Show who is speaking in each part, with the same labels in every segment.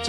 Speaker 1: It's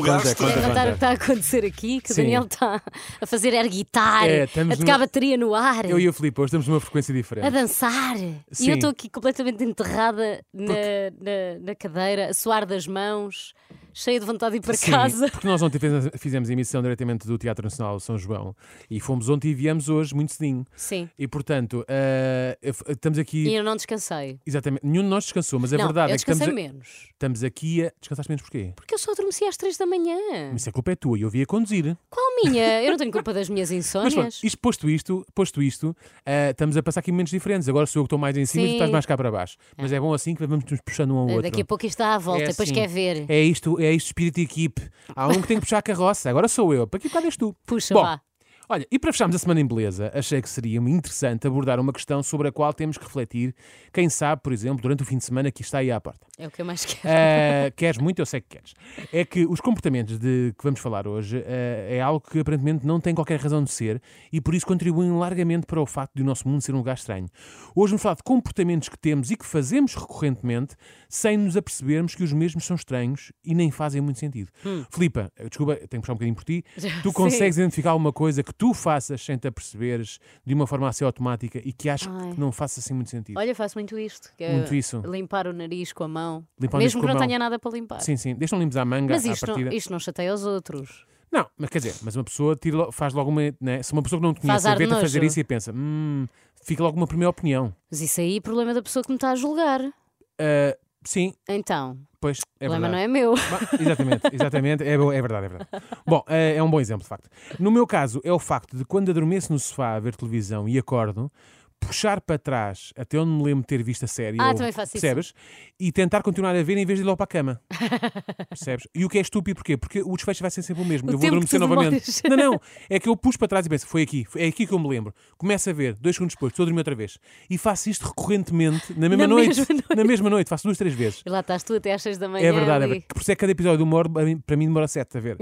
Speaker 2: Tenho que
Speaker 3: conta, conta,
Speaker 2: contar o que
Speaker 3: conta.
Speaker 2: está a acontecer aqui, que o
Speaker 3: Sim.
Speaker 2: Daniel está a fazer air guitar,
Speaker 3: É,
Speaker 2: a
Speaker 3: estamos
Speaker 2: tocar
Speaker 3: numa-
Speaker 2: bateria no ar,
Speaker 3: Eu e o Filipe hoje estamos numa frequência
Speaker 2: a
Speaker 3: diferente.
Speaker 2: dançar. E
Speaker 3: Sim.
Speaker 2: eu estou aqui completamente enterrada na, na, na cadeira, a suar das mãos, cheia de vontade de ir para
Speaker 3: Sim,
Speaker 2: casa.
Speaker 3: porque nós ontem fizemos, fizemos emissão diretamente do Teatro Nacional de São João e fomos ontem e viemos hoje muito cedinho.
Speaker 2: Sim.
Speaker 3: E portanto, eh, eu f- estamos
Speaker 2: E
Speaker 3: aqui.
Speaker 2: eu não descansei.
Speaker 3: Exatamente, nenhum de nós descansou, mas a
Speaker 2: não,
Speaker 3: verdade
Speaker 2: eu
Speaker 3: é que estamos,
Speaker 2: descansei
Speaker 3: a-
Speaker 2: menos.
Speaker 3: estamos aqui a. Descansaste menos porquê?
Speaker 2: Porque eu só adormeci às três da manhã.
Speaker 3: Mas a culpa é tua e eu vi a conduzir.
Speaker 2: Qual minha? Eu não tenho culpa das minhas
Speaker 3: Mas pronto,
Speaker 2: insónias.
Speaker 3: isto, posto isto, posto isto eh, estamos a passar aqui momentos diferentes. Agora sou eu que estou mais em cima e tu
Speaker 2: Sim.
Speaker 3: estás mais cá para baixo. Mas é bom assim que vamos nos puxando um ao outro.
Speaker 2: Eh, Daqui a pouco isto dá à volta,
Speaker 3: É
Speaker 2: depois
Speaker 3: assim.
Speaker 2: quer ver.
Speaker 3: É isto, é isto, espírito de equipe. Há um que tem que puxar a carroça, agora sou eu. Para que bocado és tu?
Speaker 2: Puxa,
Speaker 3: Bom,
Speaker 2: vá.
Speaker 3: Olha, e para fecharmos a semana em beleza, achei que seria interessante abordar uma questão sobre a qual temos que refletir, quem sabe, por exemplo, durante o fim de semana que está aí à porta.
Speaker 2: É o que eu mais quero.
Speaker 3: Ah, queres muito, eu sei que queres. É que os comportamentos de que vamos falar hoje ah, é algo que aparentemente não tem qualquer razão de ser e por isso contribuem largamente para o facto de o nosso mundo ser um lugar estranho. Hoje vamos falar de comportamentos que temos e que fazemos recorrentemente sem nos apercebermos que os mesmos são estranhos e nem fazem muito sentido. Filipa, desculpa, tenho que puxar um bocadinho por ti. Tu
Speaker 2: Hum. Sim.
Speaker 3: consegues identificar alguma coisa que tu faças sem te aperceberes de uma forma assim automática e que achas
Speaker 2: Ai.
Speaker 3: que não faça assim muito sentido?
Speaker 2: Olha, eu faço muito isto. que é
Speaker 3: Muito isso.
Speaker 2: Limpar o nariz com a mão.
Speaker 3: Limpar o nariz
Speaker 2: Mesmo
Speaker 3: com
Speaker 2: que
Speaker 3: a
Speaker 2: não
Speaker 3: mão.
Speaker 2: tenha nada para limpar.
Speaker 3: Sim, sim, deixam-me limpos à manga
Speaker 2: Mas
Speaker 3: à
Speaker 2: isto
Speaker 3: partida.
Speaker 2: não, isto não chateia os outros.
Speaker 3: Não, mas quer dizer, mas uma pessoa tira, lo- faz logo uma. Né? Se uma pessoa que não te
Speaker 2: Faz
Speaker 3: conhece
Speaker 2: ar de
Speaker 3: vê-te a
Speaker 2: nojo.
Speaker 3: fazer isso e pensa, hum, fica logo uma primeira opinião.
Speaker 2: Mas isso aí é problema da pessoa que me está a julgar.
Speaker 3: Ah, sim,
Speaker 2: Então, o
Speaker 3: pois é
Speaker 2: problema
Speaker 3: verdade.
Speaker 2: não é meu.
Speaker 3: Bah, exatamente, exatamente, é, bo- é verdade, é verdade. Bom, é, é um bom exemplo, de facto. No meu caso, é o facto de quando adormeço no sofá a ver televisão e acordo, puxar para trás até onde me lembro de ter visto a série,
Speaker 2: Ah,
Speaker 3: ou-
Speaker 2: também faço isso.
Speaker 3: percebes? E tentar continuar a ver em vez de ir logo para a cama. percebes? E o que é estúpido, porquê? Porque o desfecho vai ser sempre o mesmo.
Speaker 2: O
Speaker 3: eu vou
Speaker 2: tempo
Speaker 3: adormecer
Speaker 2: que tu
Speaker 3: novamente.
Speaker 2: demoras.
Speaker 3: Não, não, é que eu puxo para trás e penso, foi aqui, foi- é aqui que eu me lembro. Começo a ver, dois segundos depois, estou a dormir outra vez. E faço isto recorrentemente, na mesma,
Speaker 2: Na
Speaker 3: noite,
Speaker 2: mesma noite.
Speaker 3: Na mesma noite, faço duas, três vezes.
Speaker 2: E lá estás tu até às seis da manhã.
Speaker 3: É verdade, é
Speaker 2: ali.
Speaker 3: verdade. Por isso é que cada episódio do humor para mim- para mim demora sete a ver.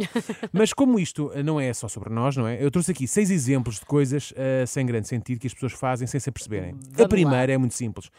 Speaker 3: Mas como isto eh, não é só sobre nós, não é? Eu trouxe aqui seis exemplos de coisas eh, sem grande sentido que as pessoas fazem sem se aperceberem. a
Speaker 2: Hum, lá.
Speaker 3: primeira é muito simples.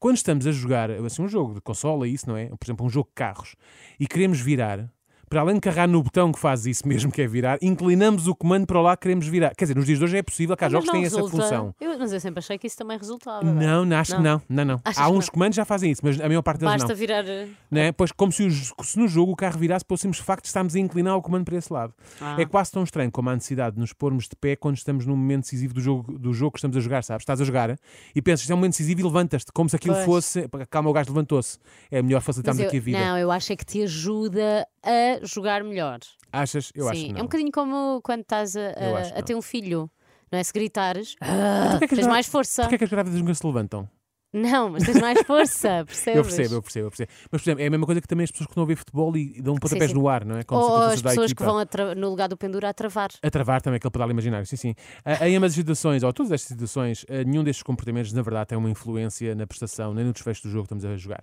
Speaker 3: Quando estamos a jogar assim, um jogo de consola, isso, não é? Por exemplo, um jogo de carros, e queremos virar, para além de carregar no botão que faz isso mesmo, que é virar, inclinamos o comando para lá que queremos virar. Quer dizer, nos dias de hoje é possível que há
Speaker 2: Mas
Speaker 3: jogos que
Speaker 2: não
Speaker 3: têm essa
Speaker 2: resulta.
Speaker 3: função.
Speaker 2: Eu, mas eu sempre achei que isso também resultava.
Speaker 3: Não, não, acho que não.
Speaker 2: Não.
Speaker 3: Não, não.
Speaker 2: Achas
Speaker 3: Há
Speaker 2: que
Speaker 3: uns
Speaker 2: não?
Speaker 3: comandos que já fazem isso, mas a maior parte deles
Speaker 2: Basta
Speaker 3: não
Speaker 2: virar. eh,
Speaker 3: não é? Pois como se, os- se no jogo o carro virasse para o simples facto de estarmos a inclinar o comando para esse lado.
Speaker 2: Ah.
Speaker 3: É quase tão estranho como a necessidade de nos pormos de pé quando estamos num momento decisivo do jogo, do jogo que estamos a jogar, sabes? Estás a jogar e pensas, isto é um momento decisivo e levantas-te, como se aquilo
Speaker 2: Pois.
Speaker 3: fosse. Calma, o gajo levantou-se. É melhor
Speaker 2: Mas
Speaker 3: facilitarmos
Speaker 2: eu,
Speaker 3: aqui a vida.
Speaker 2: não, eu acho é que te ajuda a jogar melhor.
Speaker 3: Achas? Eu acho
Speaker 2: Sim,
Speaker 3: que não.
Speaker 2: é um bocadinho como quando estás a,
Speaker 3: Eu acho
Speaker 2: a,
Speaker 3: que
Speaker 2: a ter
Speaker 3: não.
Speaker 2: um filho. Não é? Se gritares,
Speaker 3: Porquê é que as
Speaker 2: tens
Speaker 3: gra-
Speaker 2: mais força.
Speaker 3: Porquê é que as grávidas nunca se levantam?
Speaker 2: Não, mas tens mais força, percebes?
Speaker 3: Eu percebo, eu percebo, eu percebo. Mas, por exemplo, é a mesma coisa que também as pessoas que não ouvem futebol e e dão pontapés
Speaker 2: sim.
Speaker 3: no ar, não é? Como se
Speaker 2: Ou
Speaker 3: aquilo fosse
Speaker 2: as
Speaker 3: da
Speaker 2: pessoas que
Speaker 3: equipa.
Speaker 2: vão a tra- no lugar do pendura a travar.
Speaker 3: A travar também aquele pedal imaginário, sim, sim. Ah, Em ambas as situações, ou todas estas situações, ah, nenhum destes comportamentos, na verdade, tem uma influência na prestação, nem no desfecho do jogo que estamos a jogar.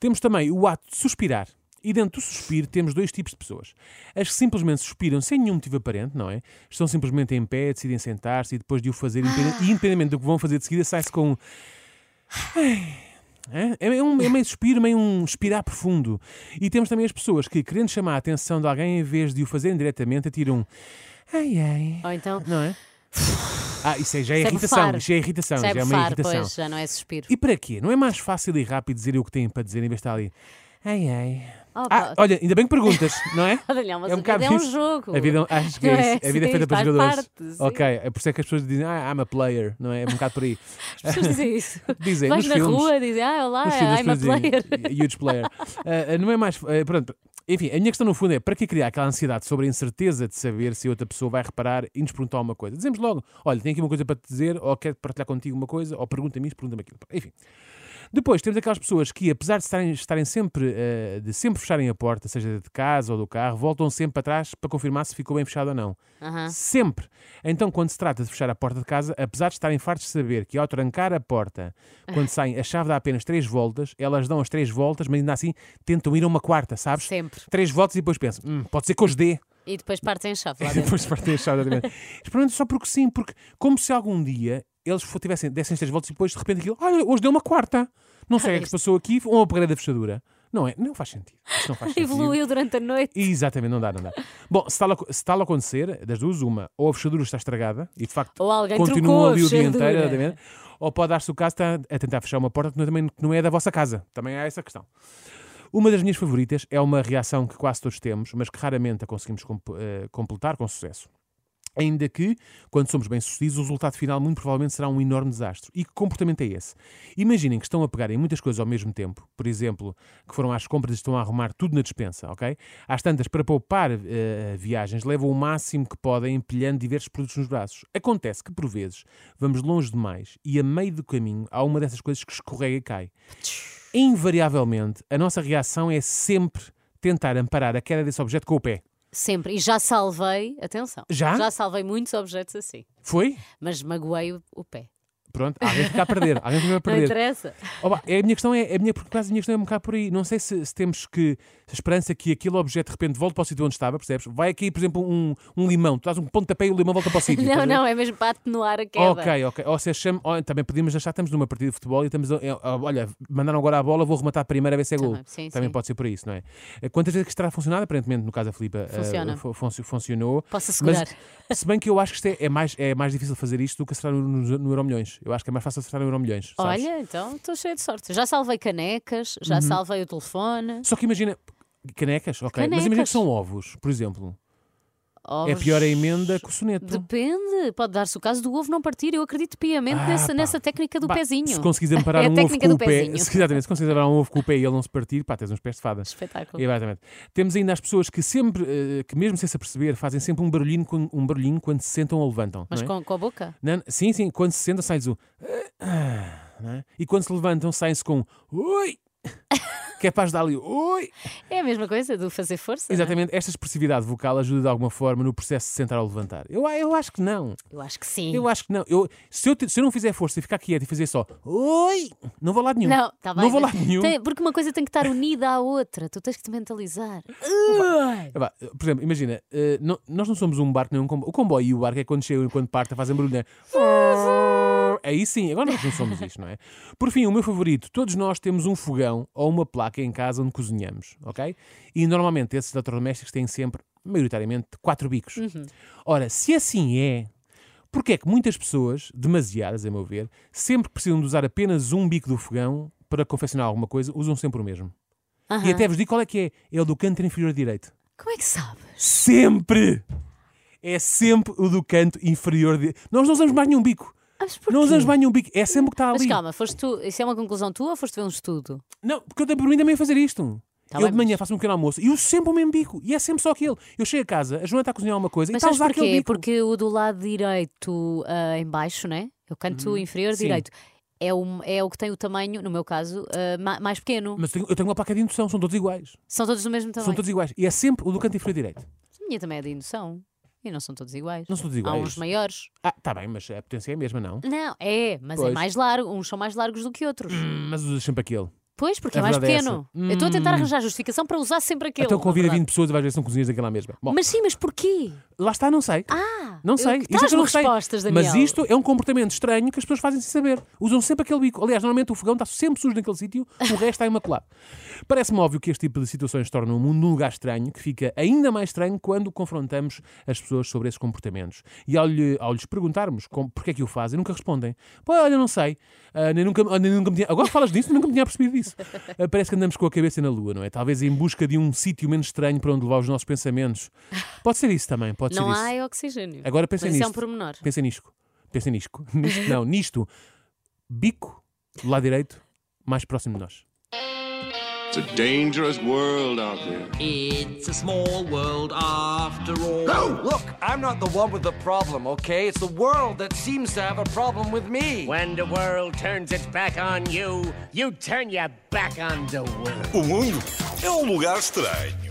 Speaker 3: Temos também o ato de suspirar. E dentro do suspiro temos dois tipos de pessoas. As que simplesmente suspiram sem nenhum motivo aparente, não é? Estão simplesmente em pé, decidem sentar-se e depois de o fazer, independen- e independentemente do que vão fazer de seguida, sai-se com um... É, é, um, é meio suspiro, meio um expirar profundo. E temos também as pessoas que, querendo chamar a atenção de alguém, em vez de o fazerem diretamente, atiram um... Ai, ai.
Speaker 2: Ou então,
Speaker 3: Não é? Ah, isso aí já é
Speaker 2: Isso é
Speaker 3: irritação.
Speaker 2: bufar.
Speaker 3: Isso já é irritação. Já
Speaker 2: já é
Speaker 3: é uma
Speaker 2: bufar,
Speaker 3: irritação.
Speaker 2: pois, já não é suspiro.
Speaker 3: E para quê? Não é mais fácil e rápido dizer o que têm para dizer em vez de estar ali. Ai, ai. Ah,
Speaker 2: Opa,
Speaker 3: olha, ainda bem que perguntas, não é?
Speaker 2: Daniel, mas
Speaker 3: é
Speaker 2: a
Speaker 3: um
Speaker 2: vida
Speaker 3: bocado
Speaker 2: é um
Speaker 3: isso.
Speaker 2: jogo.
Speaker 3: A vida, acho que
Speaker 2: Não
Speaker 3: é
Speaker 2: é?
Speaker 3: isso. A vida é
Speaker 2: Sim,
Speaker 3: feita para
Speaker 2: faz
Speaker 3: jogadores.
Speaker 2: parte, sim.
Speaker 3: ok, é por isso é que as pessoas dizem, ah, I'm a player, não é? É um bocado por aí.
Speaker 2: As pessoas dizem isso.
Speaker 3: Dizem,
Speaker 2: Vais
Speaker 3: nos
Speaker 2: na
Speaker 3: filmes,
Speaker 2: rua, dizem, ah, olá,
Speaker 3: nos filmes as
Speaker 2: I'm a
Speaker 3: pessoas dizem,
Speaker 2: player.
Speaker 3: Huge player. Ah, ah, não é mais. ah, pronto. Enfim, a minha questão no fundo é para que criar aquela ansiedade sobre a incerteza de saber se outra pessoa vai reparar e nos perguntar alguma coisa? Dizemos logo: olha, tenho aqui uma coisa para te dizer, ou quero partilhar contigo uma coisa, ou pergunta-me isto, pergunta-me aquilo. Enfim. Depois temos aquelas pessoas que, apesar de estarem, estarem sempre, eh, de sempre fecharem a porta, seja de casa ou do carro, voltam sempre para trás para confirmar se ficou bem fechado ou não.
Speaker 2: Aham.
Speaker 3: Sempre. Então, quando se trata de fechar a porta de casa, apesar de estarem fartos de saber que ao trancar a porta, quando saem, a chave dá apenas três voltas, elas dão as três voltas, mas ainda assim tentam ir a uma quarta, sabes?
Speaker 2: Sempre.
Speaker 3: Três voltas e depois pensam, "Hum, pode ser que os dê.
Speaker 2: E depois partes em chave lá dentro.
Speaker 3: Depois partem a chave. exatamente. Experimentam só porque sim, porque como se algum dia eles fo- tivessem, dessem as três voltas e depois de repente aquilo, olha, hoje deu uma quarta. Não
Speaker 2: Ah,
Speaker 3: sei o que é que se passou aqui, ou um upgrade da fechadura. Não é? Não faz sentido. Isto não faz sentido.
Speaker 2: Evoluiu durante a noite.
Speaker 3: Exatamente, não dá, não dá. Bom, se tal, ac- se tal acontecer, das duas, uma, ou a fechadura está estragada e de facto
Speaker 2: Ou alguém trocou
Speaker 3: continua
Speaker 2: a
Speaker 3: ali o dia
Speaker 2: fechadura.
Speaker 3: inteiro, exatamente, ou pode dar-se o caso de estar a tentar fechar uma porta que não, também, que não é da vossa casa. Também há essa questão. Uma das minhas favoritas é uma reação que quase todos temos, mas que raramente a conseguimos comp- eh, completar com sucesso. Ainda que, quando somos bem-sucedidos, o resultado final muito provavelmente será um enorme desastre. E que comportamento é esse? Imaginem que estão a pegar em muitas coisas ao mesmo tempo. Por exemplo, que foram às compras e estão a arrumar tudo na despensa, ok? Às tantas, para poupar eh, viagens, levam o máximo que podem empilhando diversos produtos nos braços. Acontece que, por vezes, vamos longe demais e, a meio do caminho, há uma dessas coisas que escorrega e cai. Invariavelmente, a nossa reação é sempre tentar amparar a queda desse objeto com o pé.
Speaker 2: Sempre. E já salvei, atenção.
Speaker 3: Já?
Speaker 2: Já salvei muitos objetos assim.
Speaker 3: Foi?
Speaker 2: Mas magoei o, o pé.
Speaker 3: Pronto, alguém fica a perder. Alguém fica a
Speaker 2: Não
Speaker 3: perder.
Speaker 2: interessa.
Speaker 3: Opa, é a minha questão é, a minha, por acaso, a minha questão é um bocado por aí. Não sei se, se temos que se a esperança que aquele objeto de repente volte para o sítio onde estava, percebes? Vai aqui, por exemplo, um, um limão, tu dás um pontapé e o limão volta para o sítio.
Speaker 2: Não,
Speaker 3: estás a ver?
Speaker 2: não, é mesmo para atenuar a queda.
Speaker 3: Ok, ok. Ou se achamos, ou também podíamos achar que estamos numa partida de futebol e estamos. a- a- a- olha, mandaram agora a bola, vou rematar a primeira, a ver se é gol.
Speaker 2: Também, sim,
Speaker 3: também
Speaker 2: sim.
Speaker 3: pode ser por isso, não é? Eh, Quantas vezes que terá funcionado? Aparentemente, no caso da Filipa, eh,
Speaker 2: Funciona.
Speaker 3: fu- funci- funcionou.
Speaker 2: Posso
Speaker 3: Mas,
Speaker 2: assegurar.
Speaker 3: se bem que eu acho que isto é, é mais, é mais difícil fazer isto do que acertar no, no, no Euromilhões. Eu acho que é mais fácil acertar no Euromilhões. sabes?
Speaker 2: Olha, então estou cheia de sorte. Já salvei canecas,
Speaker 3: Uhum.
Speaker 2: já salvei o telefone.
Speaker 3: Só que imagina. Canecas, ok. Mas imagina
Speaker 2: Canecas.
Speaker 3: que são ovos, por exemplo.
Speaker 2: ovos.
Speaker 3: É pior a emenda que o soneto.
Speaker 2: Depende, pode dar-se o caso do ovo não partir. Eu acredito piamente
Speaker 3: Ah,
Speaker 2: nessa,
Speaker 3: pá.
Speaker 2: nessa técnica do
Speaker 3: Pá,
Speaker 2: pezinho.
Speaker 3: Se conseguires amparar
Speaker 2: É a
Speaker 3: um ovo
Speaker 2: técnica
Speaker 3: com
Speaker 2: do
Speaker 3: o pé.
Speaker 2: pezinho.
Speaker 3: Se, exatamente, se conseguires amparar um ovo com o pé e ele não se partir, pá, tens uns pés de fada.
Speaker 2: Espetáculo.
Speaker 3: Exatamente. Temos ainda as pessoas que sempre, eh, que mesmo sem se aperceber, fazem sempre um barulhinho, quan- um barulhinho quando se sentam ou levantam.
Speaker 2: Mas
Speaker 3: não é?
Speaker 2: com, com a boca?
Speaker 3: Não, sim, sim, quando se sentam sai-lhes o. "Ah, ah", não é? E quando se levantam, saem-se com. um Ui! Que é para ajudar ali. Ui!
Speaker 2: É a mesma coisa do fazer força. não é?
Speaker 3: Exatamente, esta expressividade vocal ajuda de alguma forma no processo de sentar ou levantar. Eu, ah, eu acho que não.
Speaker 2: Eu acho que sim.
Speaker 3: Eu acho que não. Eu, se, eu, te- se eu não fizer força e ficar quieto e fazer só. Ui! Não vou lá de nenhum.
Speaker 2: Não, tá bem.
Speaker 3: não vou lá
Speaker 2: mas
Speaker 3: de nenhum.
Speaker 2: tem- porque uma coisa tem que estar unida à outra. Tu tens que te mentalizar.
Speaker 3: Ah pá, Por exemplo, imagina, eh, não- nós não somos um barco nem um comboio. O comboio e o barco é quando chegam e quando partem fazem barulho, né? É Aí sim, agora nós não somos isto, não é? Por fim, o meu favorito: todos nós temos um fogão ou uma placa em casa onde cozinhamos, ok? E normalmente esses eletrodomésticos têm sempre, maioritariamente, quatro bicos. Ora, se assim é. Porque é que muitas pessoas, demasiadas a meu ver, sempre que precisam de usar apenas um bico do fogão para confeccionar alguma coisa, usam sempre o mesmo. E
Speaker 2: Aham.
Speaker 3: até vos digo qual é que é. É o do canto inferior direito.
Speaker 2: Como é que sabes?
Speaker 3: Sempre! É sempre o do canto inferior. De... Nós não usamos mais nenhum bico.
Speaker 2: Mas porquê?
Speaker 3: Não usamos mais nenhum bico. É sempre o que está ali.
Speaker 2: Mas calma, foste tu, isso é uma conclusão tua ou foste ver um estudo?
Speaker 3: Não, porque eu também- por mim também ia fazer isto.
Speaker 2: Tá
Speaker 3: eu
Speaker 2: bem,
Speaker 3: de manhã
Speaker 2: mas-
Speaker 3: faço um pequeno almoço e uso sempre o mesmo bico. E é sempre só aquele. Eu chego a casa, a Joana está a cozinhar alguma coisa
Speaker 2: Mas
Speaker 3: e está a
Speaker 2: sabes
Speaker 3: usar aquele
Speaker 2: porquê?
Speaker 3: bico.
Speaker 2: Porque o do lado direito, ah, em baixo, né? É o canto inferior
Speaker 3: Uhum. Sim.
Speaker 2: direito. É, um, é o que tem o tamanho, no meu caso, ah, ma- mais pequeno.
Speaker 3: Mas eu tenho- eu tenho uma placa de indução, são todos iguais.
Speaker 2: São todos do mesmo
Speaker 3: São
Speaker 2: tamanho.
Speaker 3: todos iguais. E é sempre o do canto inferior direito.
Speaker 2: A minha também é de indução. E não são todos iguais.
Speaker 3: Não são todos
Speaker 2: Há
Speaker 3: iguais.
Speaker 2: uns maiores.
Speaker 3: Ah, está bem, mas a potência é a mesma, não?
Speaker 2: Não, é, mas é
Speaker 3: Pois.
Speaker 2: mais largo. Uns são mais largos do que outros.
Speaker 3: Hum, Mas usas sempre aquele.
Speaker 2: Pois, porque
Speaker 3: A
Speaker 2: é mais
Speaker 3: verdade é essa.
Speaker 2: pequeno. Eu estou a tentar arranjar justificação para usar sempre aquele.
Speaker 3: então convida
Speaker 2: na verdade.
Speaker 3: 20 pessoas e vais ver se são cozinheiros daquela mesma. Bom,
Speaker 2: Mas sim, mas porquê?
Speaker 3: lá está, não sei.
Speaker 2: Ah!
Speaker 3: Não
Speaker 2: eu-
Speaker 3: sei. é
Speaker 2: Traz-me
Speaker 3: que eu não sei.
Speaker 2: respostas, Daniel.
Speaker 3: Mas isto é um comportamento estranho que as pessoas fazem sem saber. Usam sempre aquele bico. Aliás, normalmente o fogão está sempre sujo naquele sítio, o resto está imaculado. Parece-me óbvio que este tipo de situações torna o mundo um lugar estranho, que fica ainda mais estranho quando confrontamos as pessoas sobre esses comportamentos. E ao, lhe- ao lhes perguntarmos como, porque é que o fazem, nunca respondem. Pô, olha, não sei. Ah, nem nunca, ah, nem nunca me tinha- agora falas disso, nunca me tinha percebido isso. Ah, parece que andamos com a cabeça na lua, não é? Talvez em busca de um sítio menos estranho para onde levar os nossos pensamentos. Pode ser isso também, pode
Speaker 2: Não
Speaker 3: ser isso. é
Speaker 2: há é oxigênio.
Speaker 3: Agora pensem
Speaker 2: mas isso é um
Speaker 3: nisto.
Speaker 2: pormenor.
Speaker 3: Pensem nisto. Pensem nisto. nisto. Não, nisto. Bico, lado direito, mais próximo de nós.
Speaker 1: It's a dangerous world out there.
Speaker 4: It's a small world after all.
Speaker 5: Look, I'm not the one with the problem, okay? It's the world that seems to have a problem with me.
Speaker 6: When the world turns its back on you, you turn your back on the world.
Speaker 7: O mundo é um lugar estranho.